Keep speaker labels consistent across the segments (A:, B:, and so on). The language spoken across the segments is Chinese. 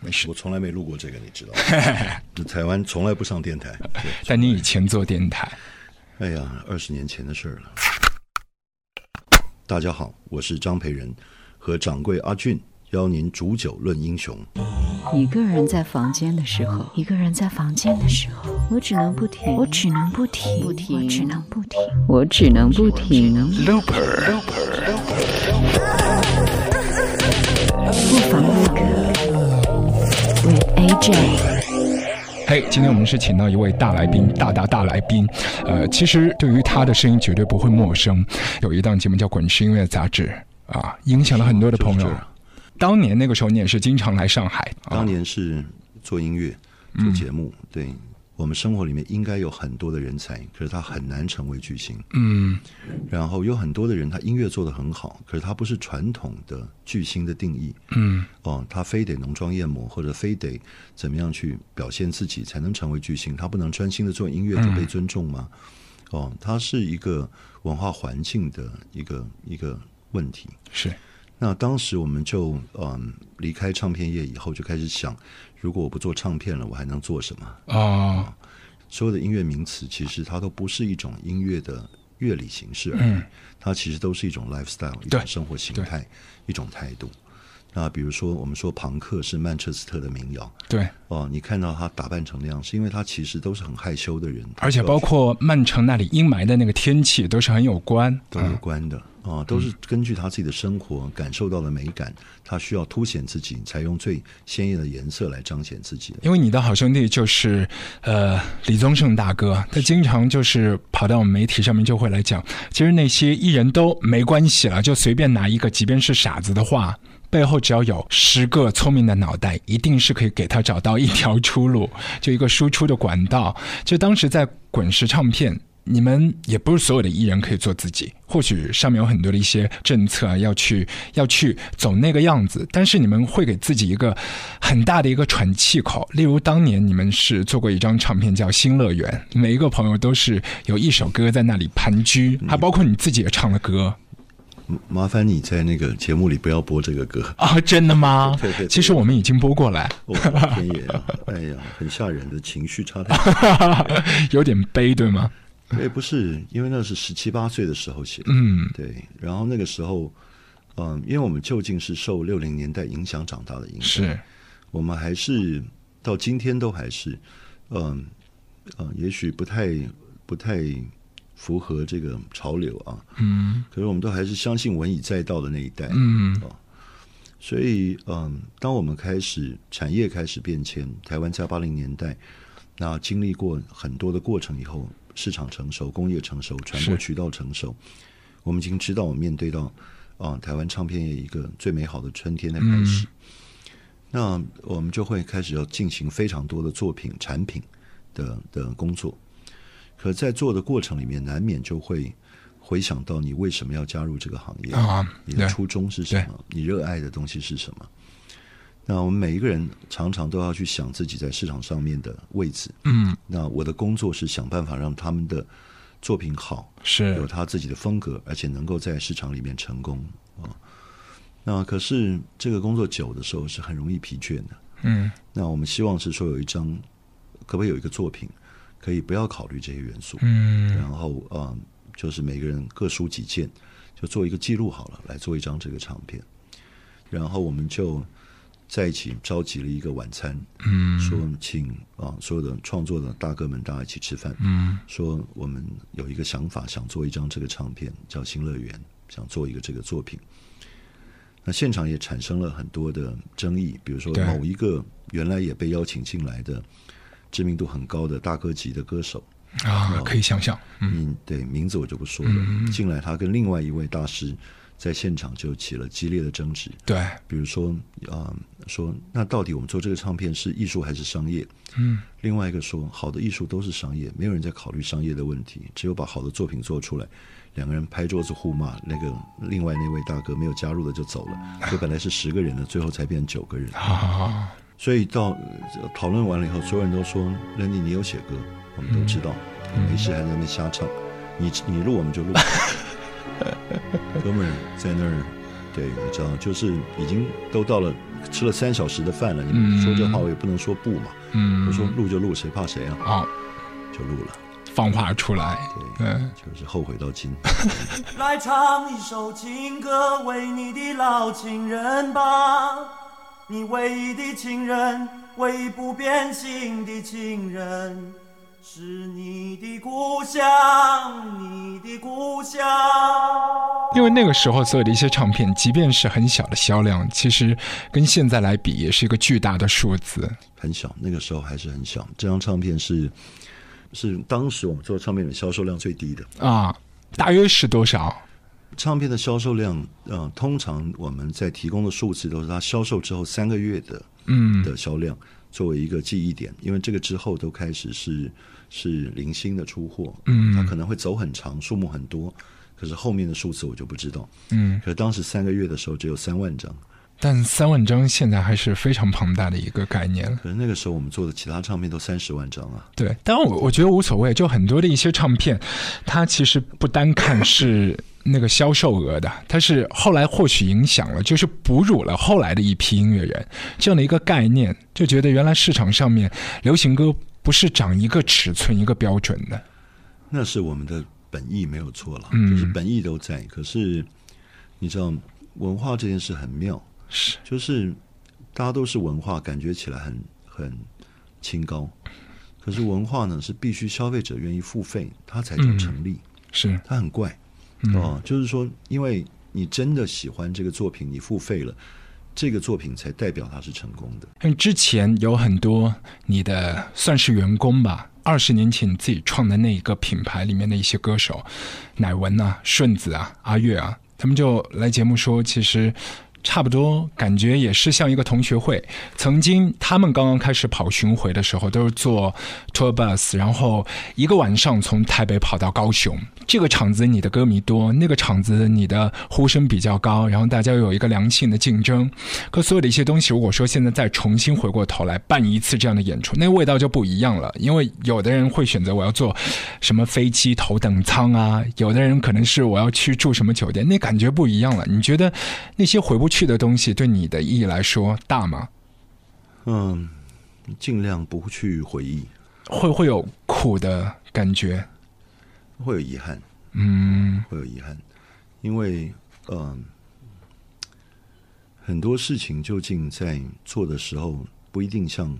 A: 没事
B: 我。从来没录过这个，你知道 吗？台湾从来不上电台。对
A: 但你以前做电台，
B: 哎呀，二十年前的事儿了。大家好，我是张培仁，和掌柜阿俊邀您煮酒论英雄。
C: 一个人在房间的时候，一个人在房间的时候，我只能不停，我只能不停，不停，我只能不停，我只能不停。不妨录歌，with AJ。
A: 嘿、今天我们是请到一位大来宾，大大大来宾。呃，其实对于他的声音绝对不会陌生。有一档节目叫《滚石音乐杂志》啊，影响了很多的朋
B: 就
A: 友
B: 是这样。
A: 当年那个时候，你也是经常来上海。啊、
B: 当年是做音乐、
A: 嗯
B: 做节目，对我们生活里面应该有很多的人才，可是他很难成为巨星。
A: 嗯，
B: 然后有很多的人，他音乐做得很好，可是他不是传统的巨星的定义。
A: 嗯，
B: 哦，他非得浓妆艳抹，或者非得怎么样去表现自己才能成为巨星？他不能专心的做音乐就
A: 嗯
B: 被尊重吗？哦，它是一个文化环境的一个一个问题。
A: 是
B: 那当时我们就嗯离开唱片业以后，就开始想，如果我不做唱片了，我还能做什么？
A: 哦，
B: 所有的音乐名词其实它都不是一种音乐的乐理形式而已，
A: 嗯
B: 它其实都是一种 lifestyle，一种生活形态，一种态度。那比如说，我们说朋克是曼彻斯特的民谣
A: 对，
B: 哦，你看到他打扮成那样，是因为他其实都是很害羞的人，
A: 而且包括曼城那里阴霾的那个天气都是很有关。
B: 都有关的啊，都是根据他自己的生活感受到的美感，他需要凸显自己，才用最鲜艳的颜色来彰显自己的。
A: 因为你的好兄弟就是呃李宗盛大哥，他经常就是跑到我们媒体上面就会来讲，其实那些艺人都没关系了，就随便拿一个，即便是傻子的话，背后只要有十个聪明的脑袋，一定是可以给他找到一条出路，就一个输出的管道。就当时在滚石唱片。你们也不是所有的艺人可以做自己，或许上面有很多的一些政策啊，要去要去走那个样子，但是你们会给自己一个很大的一个喘气口。例如当年你们是做过一张唱片叫《新乐园》，每一个朋友都是有一首歌在那里盘踞，还包括你自己也唱了歌
B: 嗯麻烦你在那个节目里不要播这个歌。
A: 啊，真的吗
B: 对对对？对
A: 其实我们已经播过来，
B: 我的天爷啊！哎呀，很吓人的情绪差 太多。
A: 有点悲，对吗？
B: 哎，不是，因为那是十七八岁的时候写的。
A: 嗯，
B: 对，然后那个时候，嗯，因为我们究竟是受六零年代影响长大的音乐，
A: 是
B: 我们还是到今天都还是，嗯嗯，也许不太不太符合这个潮流啊，
A: 嗯
B: 可是我们都还是相信文以载道的那一代。哦
A: 嗯
B: 所以，嗯，当我们开始产业开始变迁，台湾在八零年代，那经历过很多的过程以后，市场成熟、工业成熟、传播
A: 是
B: 渠道成熟，我们已经知道我们面对到啊、台湾唱片业一个最美好的春天的开始。那我们就会开始要进行非常多的作品、产品的的工作，可在做的过程里面，难免就会回想到你为什么要加入这个行业
A: 啊
B: 你的
A: 对
B: 初衷是什么？你热爱的东西是什么？那我们每一个人常常都要去想自己在市场上面的位置。
A: 嗯，
B: 那我的工作是想办法让他们的作品好，有
A: 是
B: 他自己的风格，而且能够在市场里面成功啊、那可是这个工作久的时候是很容易疲倦的。
A: 嗯
B: 那我们希望是说有一张，可不可以有一个作品，可以不要考虑这些元素，
A: 嗯
B: 然后呃，就是每个人各抒己见，就做一个记录好了，来做一张这个唱片。然后我们就在一起召集了一个晚餐，
A: 嗯
B: 说请啊、所有的创作的大哥们大家一起吃饭，
A: 嗯
B: 说我们有一个想法，想做一张这个唱片叫《新乐园》，想做一个这个作品。那现场也产生了很多的争议，比如说
A: 对
B: 某一个原来也被邀请进来的知名度很高的大哥级的歌手，
A: 啊，可以想象，
B: 嗯，对，名字我就不说了。进来，他跟另外一位大师在现场就起了激烈的争执，
A: 对，
B: 比如说，啊、说那到底我们做这个唱片是艺术还是商业？
A: 嗯，
B: 另外一个说，好的艺术都是商业，没有人在考虑商业的问题，只有把好的作品做出来。两个人拍桌子互骂，那个另外那位大哥没有加入的就走了，所以本来是十个人的，最后才变成九个人。
A: 好好好好，
B: 所以到呃讨论完了以后，所有人都说任你你有写歌，我们都知道，你没事还在那边瞎唱，你你录我们就录。哥们儿在那儿对，我知道，就是已经都到了吃了三小时的饭了，你们说这话我也不能说不嘛，
A: 嗯，
B: 我说录就录，谁怕谁啊？
A: 好，
B: 就录了，
A: 放话出来，
B: 对，
A: 嗯，
B: 就是后悔到今。
D: 来唱一首情歌，为你的老情人吧，你唯一的情人，唯一不变心的情人，是你的故乡，你的故乡。
A: 因为那个时候所有的一些唱片，即便是很小的销量，其实跟现在来比也是一个巨大的数字。
B: 很小，那个时候还是很小。这张唱片是是当时我们做唱片的销售量最低的。
A: 啊，大约是多少？
B: 唱片的销售量，呃，通常我们在提供的数字都是它销售之后三个月的，嗯，的销量作为一个记忆点，因为这个之后都开始是是零星的出货，嗯，它可能会走很长，数目很多，可是后面的数字我就不知道，
A: 嗯，
B: 可是当时三个月的时候只有三万张，
A: 但三万张现在还是非常庞大的一个概念了。
B: 可是那个时候我们做的其他唱片都三十万张啊，
A: 对，但我我觉得无所谓，就很多的一些唱片，它其实不单看是那个销售额的，它是后来或许影响了，就是哺乳了后来的一批音乐人这样的一个概念，就觉得原来市场上面流行歌不是长一个尺寸一个标准的，
B: 那是我们的本意没有错了，
A: 嗯
B: 就是本意都在。可是你知道，文化这件事很妙，
A: 是
B: 就是大家都是文化，感觉起来很很清高。可是文化呢，是必须消费者愿意付费，它才叫成立。
A: 是，
B: 它很怪
A: 嗯
B: 哦、就是说，因为你真的喜欢这个作品，你付费了，这个作品才代表它是成功的。
A: 像嗯之前有很多你的算是员工吧，二十年前你自己创的那一个品牌里面的一些歌手，乃文啊、顺子啊、阿月啊，他们就来节目说，其实差不多感觉也是像一个同学会。曾经他们刚刚开始跑巡回的时候，都是坐 tour bus，然后一个晚上从台北跑到高雄。这个场子你的歌迷多，那个场子你的呼声比较高，然后大家有一个良性的竞争。可所有的一些东西，如果说现在再重新回过头来办一次这样的演出，那味道就不一样了。因为有的人会选择我要坐什么飞机头等舱啊，有的人可能是我要去住什么酒店，那感觉不一样了。你觉得那些回不去的东西对你的意义来说大吗？
B: 嗯，尽量不去回忆，
A: 会会有苦的感觉？
B: 会有遗憾。
A: 嗯
B: 会有遗憾，因为嗯、呃很多事情究竟在做的时候不一定像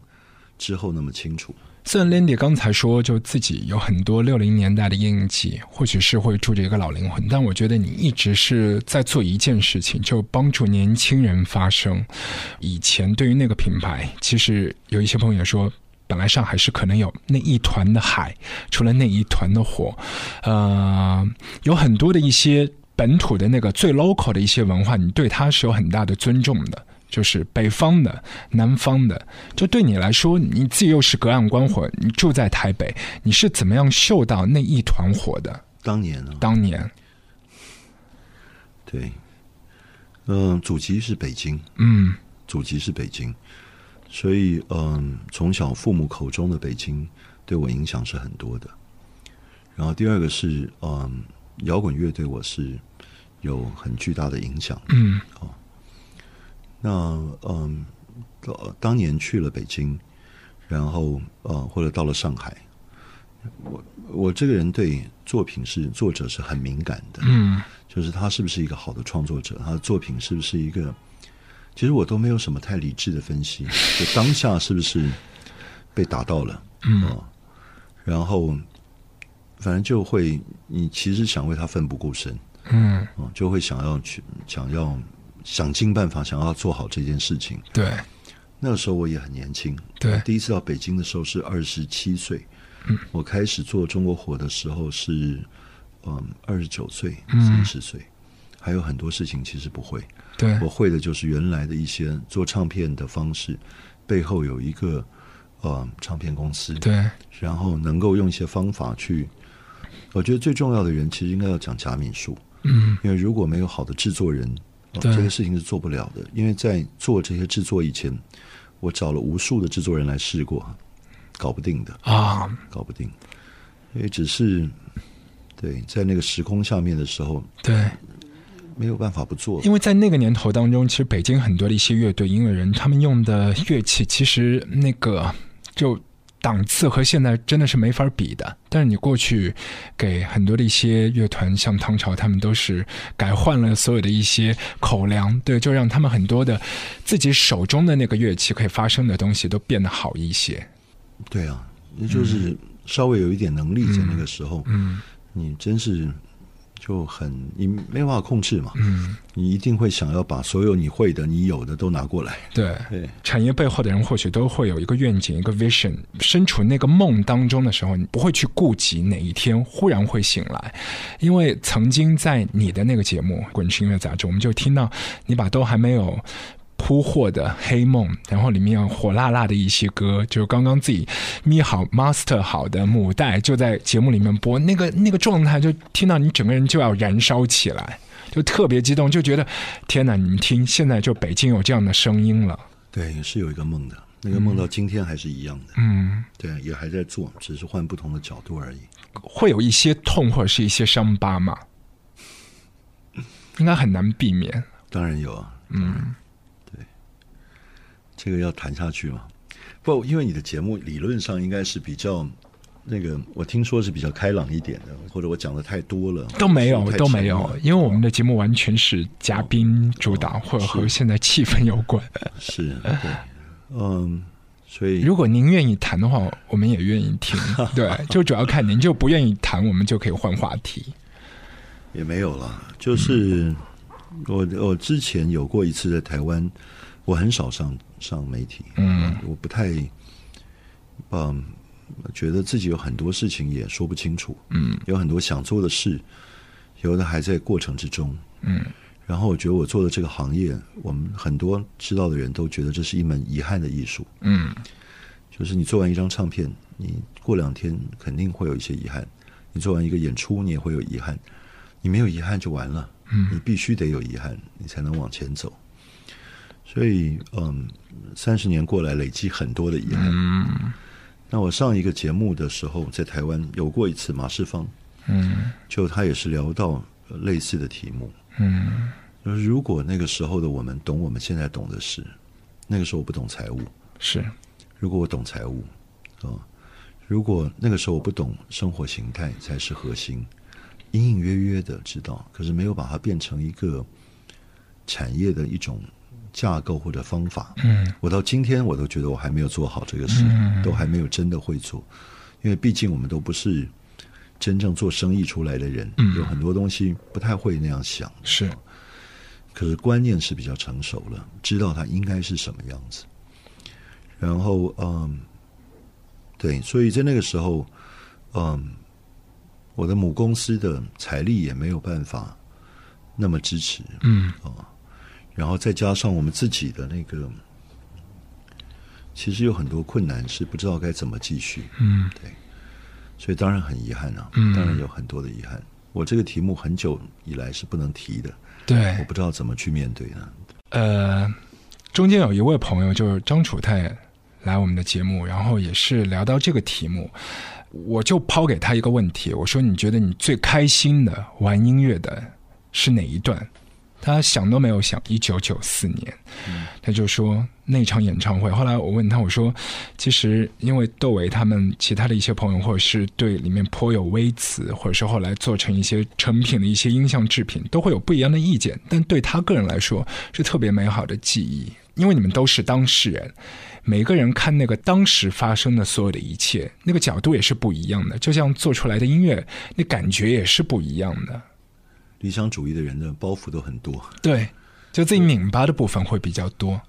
B: 之后那么清楚。
A: 虽然 Lindy 刚才说，就自己有很多六零年代的印记，或许是会住着一个老灵魂，但我觉得你一直是在做一件事情，就帮助年轻人发声。以前对于那个品牌，其实有一些朋友也说，本来上海是可能有那一团的海，除了那一团的火，呃，有很多的一些本土的那个最 local 的一些文化，你对它是有很大的尊重的。就是北方的、南方的，就对你来说，你自己又是隔岸观火，你住在台北，你是怎么样嗅到那一团火的？
B: 当年啊呢、
A: 当年，
B: 对，嗯、祖籍是北京，
A: 嗯
B: 祖籍是北京，所以嗯、从小父母口中的北京对我影响是很多的。然后第二个是嗯、摇滚乐对我是有很巨大的影响。哦
A: 嗯
B: 那嗯，到当年去了北京，然后呃，或者到了上海，我我这个人对作品是作者是很敏感的，
A: 嗯
B: 就是他是不是一个好的创作者，他的作品是不是一个，其实我都没有什么太理智的分析，就当下是不是被打到了，嗯、然后反正就会你其实想为他奋不顾身，
A: 嗯，
B: 嗯，就会想要去想要想尽办法想要做好这件事情。
A: 对
B: 那个时候我也很年轻，
A: 对，嗯
B: 第一次到北京的时候是二十七岁，我开始做中国火的时候是嗯二十九岁、
A: 嗯
B: 三十岁，还有很多事情其实不会，
A: 对
B: 我会的就是原来的一些做唱片的方式，背后有一个呃唱片公司，
A: 对，
B: 然后能够用一些方法去。我觉得最重要的人其实应该要讲贾敏树，
A: 嗯
B: 因为如果没有好的制作人，呃
A: 对
B: 这个事情是做不了的。因为在做这些制作以前，我找了无数的制作人来试过，搞不定的，
A: 啊，
B: 搞不定。因为只是对在那个时空下面的时候，
A: 对
B: 没有办法不做。
A: 因为在那个年头当中，其实北京很多的一些乐队、音乐人，他们用的乐器其实那个就档次和现在真的是没法比的。但是你过去给很多的一些乐团，像唐朝，他们都是改换了所有的一些口粮，对，就让他们很多的自己手中的那个乐器可以发声的东西都变得好一些。
B: 对啊，那就是稍微有一点能力在那个时候，
A: 嗯
B: 你真是就很你没有办法控制嘛，
A: 嗯，
B: 你一定会想要把所有你会的、你有的都拿过来。
A: 对。
B: 对，
A: 产业背后的人或许都会有一个愿景，一个 vision。身处那个梦当中的时候，你不会去顾及哪一天忽然会醒来，因为曾经在你的那个节目《滚石音乐杂志》，我们就听到你把都还没有。铺货的黑梦，然后里面火辣辣的一些歌，就是刚刚自己咪好 master 好的母带，就在节目里面播，那个那个状态，就听到你整个人就要燃烧起来，就特别激动，就觉得天哪！你们听，现在就北京有这样的声音了。
B: 对，是有一个梦的，那个梦到今天还是一样的，
A: 嗯，
B: 对啊，也还在做，只是换不同的角度而已。
A: 会有一些痛或者是一些伤疤嘛，应该很难避免。
B: 当然有啊，嗯，对，这个要谈下去嘛。不，因为你的节目理论上应该是比较那个，我听说是比较开朗一点的，或者我讲的太多了，
A: 都没有
B: 或者，是
A: 都
B: 太
A: 没
B: 沉
A: 有
B: 了，
A: 因为我们的节目完全是嘉宾主导，或者和现在气氛有关。
B: 是对，嗯，所以
A: 如果您愿意谈的话，我们也愿意 听。对，就主要看您，就不愿意谈，我们就可以换话题。
B: 也没有了。
A: 嗯
B: 就是我我之前有过一次在台湾，我很少上上媒体，
A: 嗯，
B: 我不太，嗯，觉得自己有很多事情也说不清楚，
A: 嗯，
B: 有很多想做的事，有的还在过程之中，
A: 嗯。
B: 然后我觉得我做的这个行业，我们很多知道的人都觉得这是一门遗憾的艺术，
A: 嗯
B: 就是你做完一张唱片，你过两天肯定会有一些遗憾；你做完一个演出，你也会有遗憾。你没有遗憾就完了，
A: 嗯
B: 你必须得有遗憾，你才能往前走。所以，嗯，三十年过来累积很多的遗憾。
A: 嗯
B: 那我上一个节目的时候，在台湾有过一次马世芳，
A: 嗯
B: 就他也是聊到呃类似的题目。
A: 嗯
B: 就是如果那个时候的我们懂我们现在懂的事，那个时候我不懂财务，
A: 是
B: 如果我懂财务，啊、如果那个时候我不懂生活形态才是核心，隐隐约约的知道，可是没有把它变成一个产业的一种架构或者方法。
A: 嗯，
B: 我到今天我都觉得我还没有做好这个事，都还没有真的会做，因为毕竟我们都不是真正做生意出来的人，有很多东西不太会那样想。
A: 是
B: 可是观念是比较成熟了，知道它应该是什么样子。然后，嗯，对，所以在那个时候，嗯，我的母公司的财力也没有办法那么支持，啊
A: 嗯
B: 然后再加上我们自己的那个，其实有很多困难是不知道该怎么继续，
A: 嗯
B: 所以当然很遗憾啊，当然有很多的遗憾。我这个题目很久以来是不能提的，
A: 对
B: 我。不知道怎么去面对啊呢。
A: 呃，中间有一位朋友就是张楚泰来我们的节目，然后也是聊到这个题目，我就抛给他一个问题，我说你觉得你最开心的玩音乐的是哪一段？他想都没有想，一九九四年，他就说那场演唱会。后来我问他，我说其实因为窦唯他们其他的一些朋友，或者是对里面颇有微词，或者是后来做成一些成品的一些音像制品，都会有不一样的意见。但对他个人来说，是特别美好的记忆，因为你们都是当事人，每个人看那个当时发生的所有的一切，那个角度也是不一样的。就像做出来的音乐，那感觉也是不一样的。
B: 理想主义的人的包袱都很多。
A: 对，就自己拧巴的部分会比较多。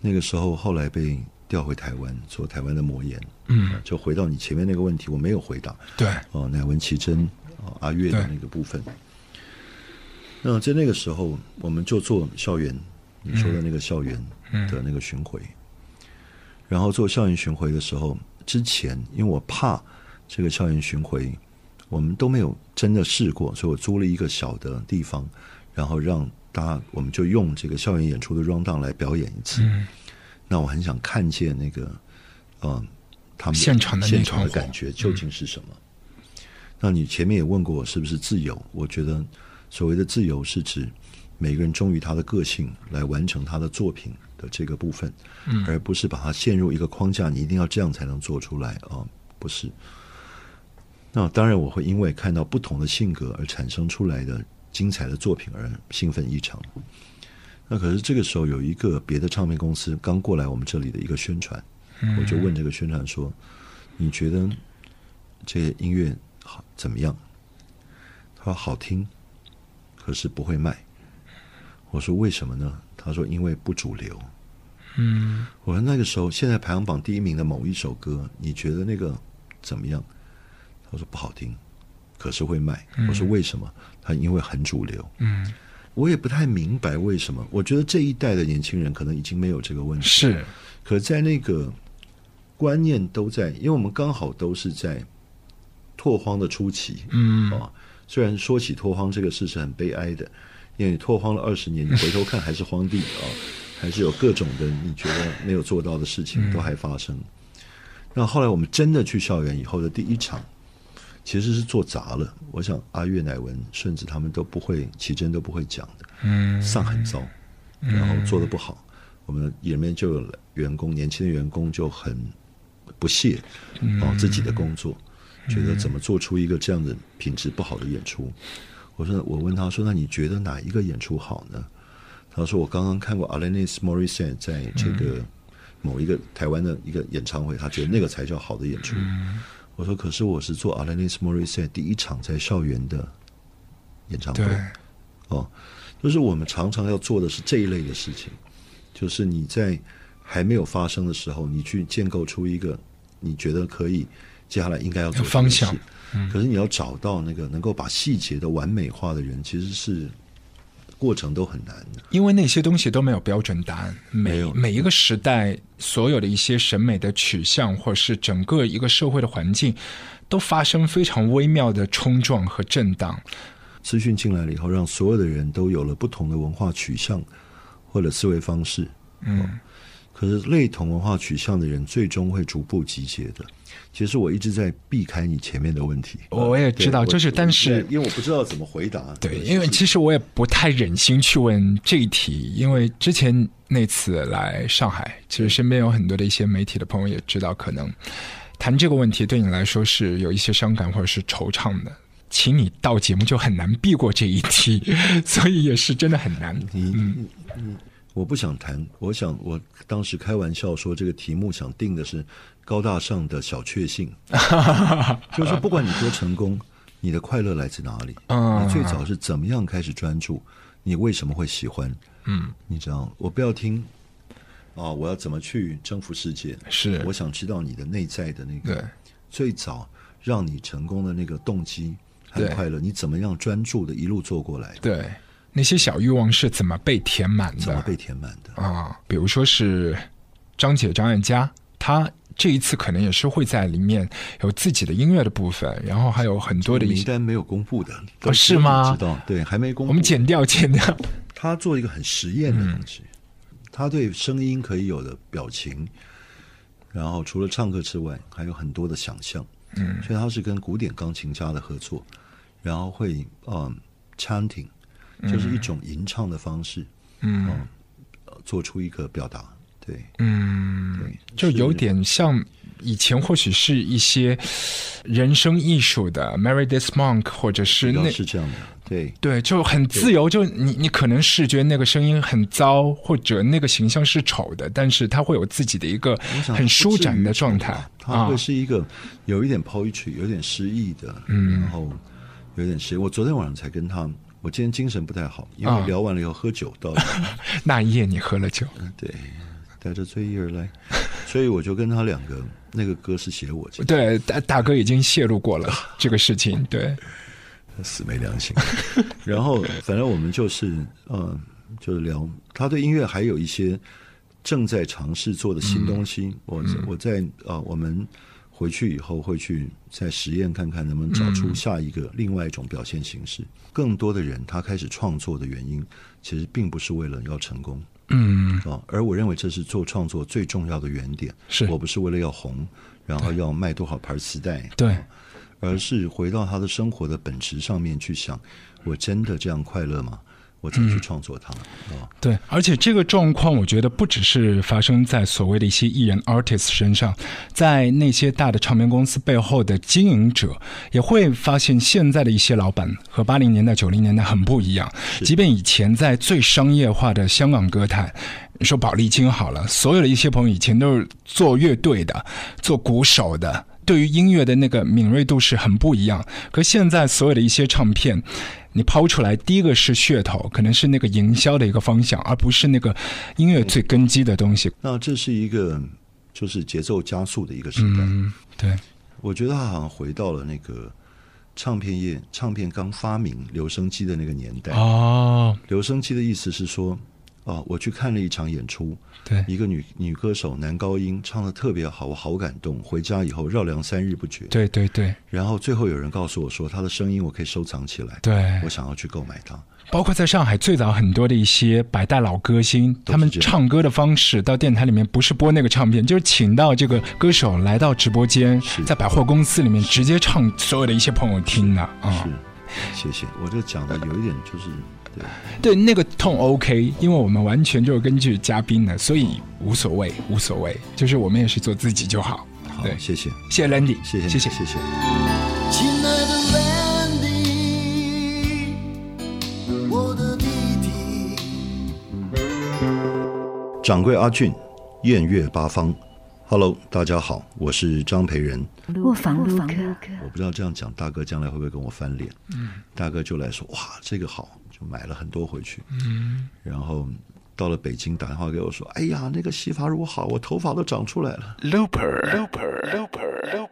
B: 那个时候后来被调回台湾做台湾的魔岩，啊
A: 嗯，
B: 就回到你前面那个问题，我没有回答
A: 对，
B: 哦，乃文奇珍哦阿月的
A: 对
B: 那个部分。那在那个时候，我们就做校园，你说的
A: 嗯
B: 那个校园的那个巡回，然后做校园巡回的时候，之前因为我怕这个校园巡回，我们都没有真的试过，所以我租了一个小的地方，然后让大家我们就用这个校园演出的 round down 来表演一次。
A: 嗯
B: 那我很想看见那个，嗯、他们
A: 现场的那
B: 现场的
A: 团火
B: 感觉究竟是什么？那你前面也问过我是不是自由？我觉得所谓的自由是指每个人忠于他的个性来完成他的作品的这个部分，嗯、而不是把它陷入一个框架，你一定要这样才能做出来啊，不是。那当然，我会因为看到不同的性格而产生出来的精彩的作品而兴奋异常。那可是这个时候有一个别的唱片公司刚过来我们这里的一个宣传，
A: 嗯
B: 我就问这个宣传说：“你觉得这音乐好怎么样？”他说：“好听，可是不会卖。”我说：“为什么呢？”他说：“因为不主流。”
A: 嗯，
B: 我说：“那个时候，现在排行榜第一名的某一首歌，你觉得那个怎么样？”他说：“不好听，可是会卖。”我说：“为什么？”他因为很主流。
A: 嗯，
B: 我也不太明白为什么。我觉得这一代的年轻人可能已经没有这个问题，
A: 是，
B: 可在那个观念都在，因为我们刚好都是在拓荒的初期，
A: 嗯
B: 啊，虽然说起拓荒这个事是很悲哀的，因为你拓荒了二十年，你回头看还是荒地啊， 还是有各种的你觉得没有做到的事情都还发生。那后来我们真的去校园以后的第一场，其实是做砸了。我想阿月、乃文、顺子他们都不会，奇珍都不会讲的。
A: 嗯
B: 上很糟，然后做的不好，我们里面就有员工，年轻的员工就很不屑哦自己的工作，觉得怎么做出一个这样的品质不好的演出？我说，我问他说，那你觉得哪一个演出好呢？他说，我刚刚看过 Alanis Morissette 在这个某一个台湾的一个演唱会，他觉得那个才叫好的演出。我说，可是我是做 Alanis Morissette 第一场在校园的演唱会
A: 对，，
B: 哦，就是我们常常要做的是这一类的事情，就是你在还没有发生的时候，你去建构出一个你觉得可以接下来应该要做的
A: 方向嗯
B: 事可是你要找到那个能够把细节的完美化的人，其实是过程都很难的。
A: 因为那些东西都没有标准答案，
B: 没
A: 每
B: 有
A: 每一个时代所有的一些审美的取向，或者是整个一个社会的环境，都发生非常微妙的冲撞和震荡。
B: 资讯进来了以后，让所有的人都有了不同的文化取向或者思维方式。哦
A: 嗯
B: 可是类同文化取向的人，最终会逐步集结的。其实我一直在避开你前面的问题，
A: 我也知道
B: 对
A: 就是
B: 我
A: 但是
B: 因为我不知道怎么回答。
A: 对，
B: 就是
A: 因为其实我也不太忍心去问这一题，因为之前那次来上海，其实身边有很多的一些媒体的朋友也知道，可能谈这个问题对你来说是有一些伤感或者是惆怅的。请你到节目就很难避过这一题， 所以也是真的很难。
B: 你你你，我不想谈，我想我当时开玩笑说，这个题目想定的是高大上的小确 幸，就是说不管你多成功，你的快乐来自哪里？
A: 嗯
B: 你最早是怎么样开始专注？你为什么会喜欢？
A: 嗯，
B: 你知道，我不要听。啊、我要怎么去征服世界？
A: 是
B: 我想知道你的内在的那
A: 对
B: 个，最早让你成功的那个动机和
A: 对
B: 快乐，你怎么样专注的一路做过来？
A: 对，那些小欲望是怎么被填满
B: 怎么
A: 的
B: 被填满的？
A: 啊？比如说是张姐张艾嘉，她这一次可能也是会在里面有自己的音乐的部分，然后还有很多的一
B: 名
A: 些，
B: 单没有公布的，都
A: 哦是吗
B: 知道，对，还没公布。
A: 我们嗯剪掉剪掉，
B: 他做一个很实验的东西，他对声音可以有的表情，然后除了唱歌之外，还有很多的想象。嗯，所以他是跟古典钢琴家的合作，然后会嗯 chanting，就是
A: 嗯
B: 一种吟唱的方式，嗯、呃做出一个表达。对，
A: 嗯，
B: 对
A: 就是有点像以前或许是一些人生艺术的 Mary d i s Monk，或者是
B: 比较
A: 那
B: 是这样的，对。
A: 对，就很自由。就你，你可能是觉得那个声音很糟，或者那个形象是丑的，但是他会有自己的一个
B: 我想
A: 很舒展的状态
B: 它
A: 啊
B: 会。是一个有一点 poetry，有点诗意的，嗯，然后有点诗意。我昨天晚上才跟他，我今天精神不太好，因
A: 啊
B: 为聊完了以后喝酒到底，
A: 那一夜你喝了酒，
B: 对，带着醉意而来，所以我就跟他两个，那个歌是写我这
A: 对大大哥已经泄露过了 这个事情。对，
B: 死没良心。 然后反正我们就是，嗯、就是聊他对音乐还有一些正在尝试做的新东西。
A: 嗯
B: 我我在啊、呃我们回去以后会去再实验看看能不能找
A: 嗯
B: 出下一个另外一种表现形式。更多的人他开始创作的原因，其实并不是为了要成功。
A: 嗯，
B: 啊、而我认为这是做创作最重要的原点。
A: 是
B: 我不是为了要红，然后要卖多少盘磁带，
A: 对，
B: 而是回到他的生活的本质上面去想：我真的这样快乐吗？我才去创作它。啊，
A: 对，而且这个状况，我觉得不只是发生在所谓的一些艺人 artist 身上，在那些大的唱片公司背后的经营者，也会发现现在的一些老板和八零年代、九零年代很不一样。即便以前在最商业化的香港歌坛，你说宝丽金好了，所有的一些朋友以前都是做乐队的、做鼓手的，对于音乐的那个敏锐度是很不一样。可现在所有的一些唱片。你抛出来，第一个是噱头，可能是那个营销的一个方向，而不是那个音乐最根基的东西。
B: 那这是一个就是节奏加速的一个时代。
A: 嗯，对，
B: 我觉得它好像回到了那个唱片业，唱片刚发明留声机的那个年代。
A: 哦，
B: 留声机的意思是说，啊，我去看了一场演出，
A: 对，
B: 一个女女歌手男高音唱的特别好，我好感动。回家以后绕梁三日不绝。
A: 对对对
B: 然后最后有人告诉我说，她的声音我可以收藏起来，
A: 对
B: 我，想要去购买它。
A: 包括在上海最早很多的一些百代老歌星，
B: 这
A: 他
B: 样
A: 们唱歌的方式到电台里面不是播那个唱片，就是请到这个歌手来到直播间，
B: 是
A: 在百货公司里面直接唱，所有的一些朋友听的啊。
B: 是，谢谢。我这讲的有一点就是，对，
A: 对，那个痛 OK，因为我们完全就是根据嘉宾的，所以无所谓，无所谓，就是我们也是做自己就好。
B: 好
A: 对，，
B: 谢谢，
A: 谢谢 Landy，
B: 谢谢你，
A: 谢谢。
B: 谢谢。
E: 亲爱的 Landy，我的弟弟，
B: 掌柜阿俊，艳乐八方。Hello，大家好，我是张培仁。
C: 卧房撸歌，
B: 我不知道这样讲，大哥将来会不会跟我翻脸？大哥就来说，哇，这个好，就买了很多回去。然后到了北京，打电话给我说，哎呀，那个洗发乳好，我头发都长出来了。
A: Looper，Looper，Looper，Looper。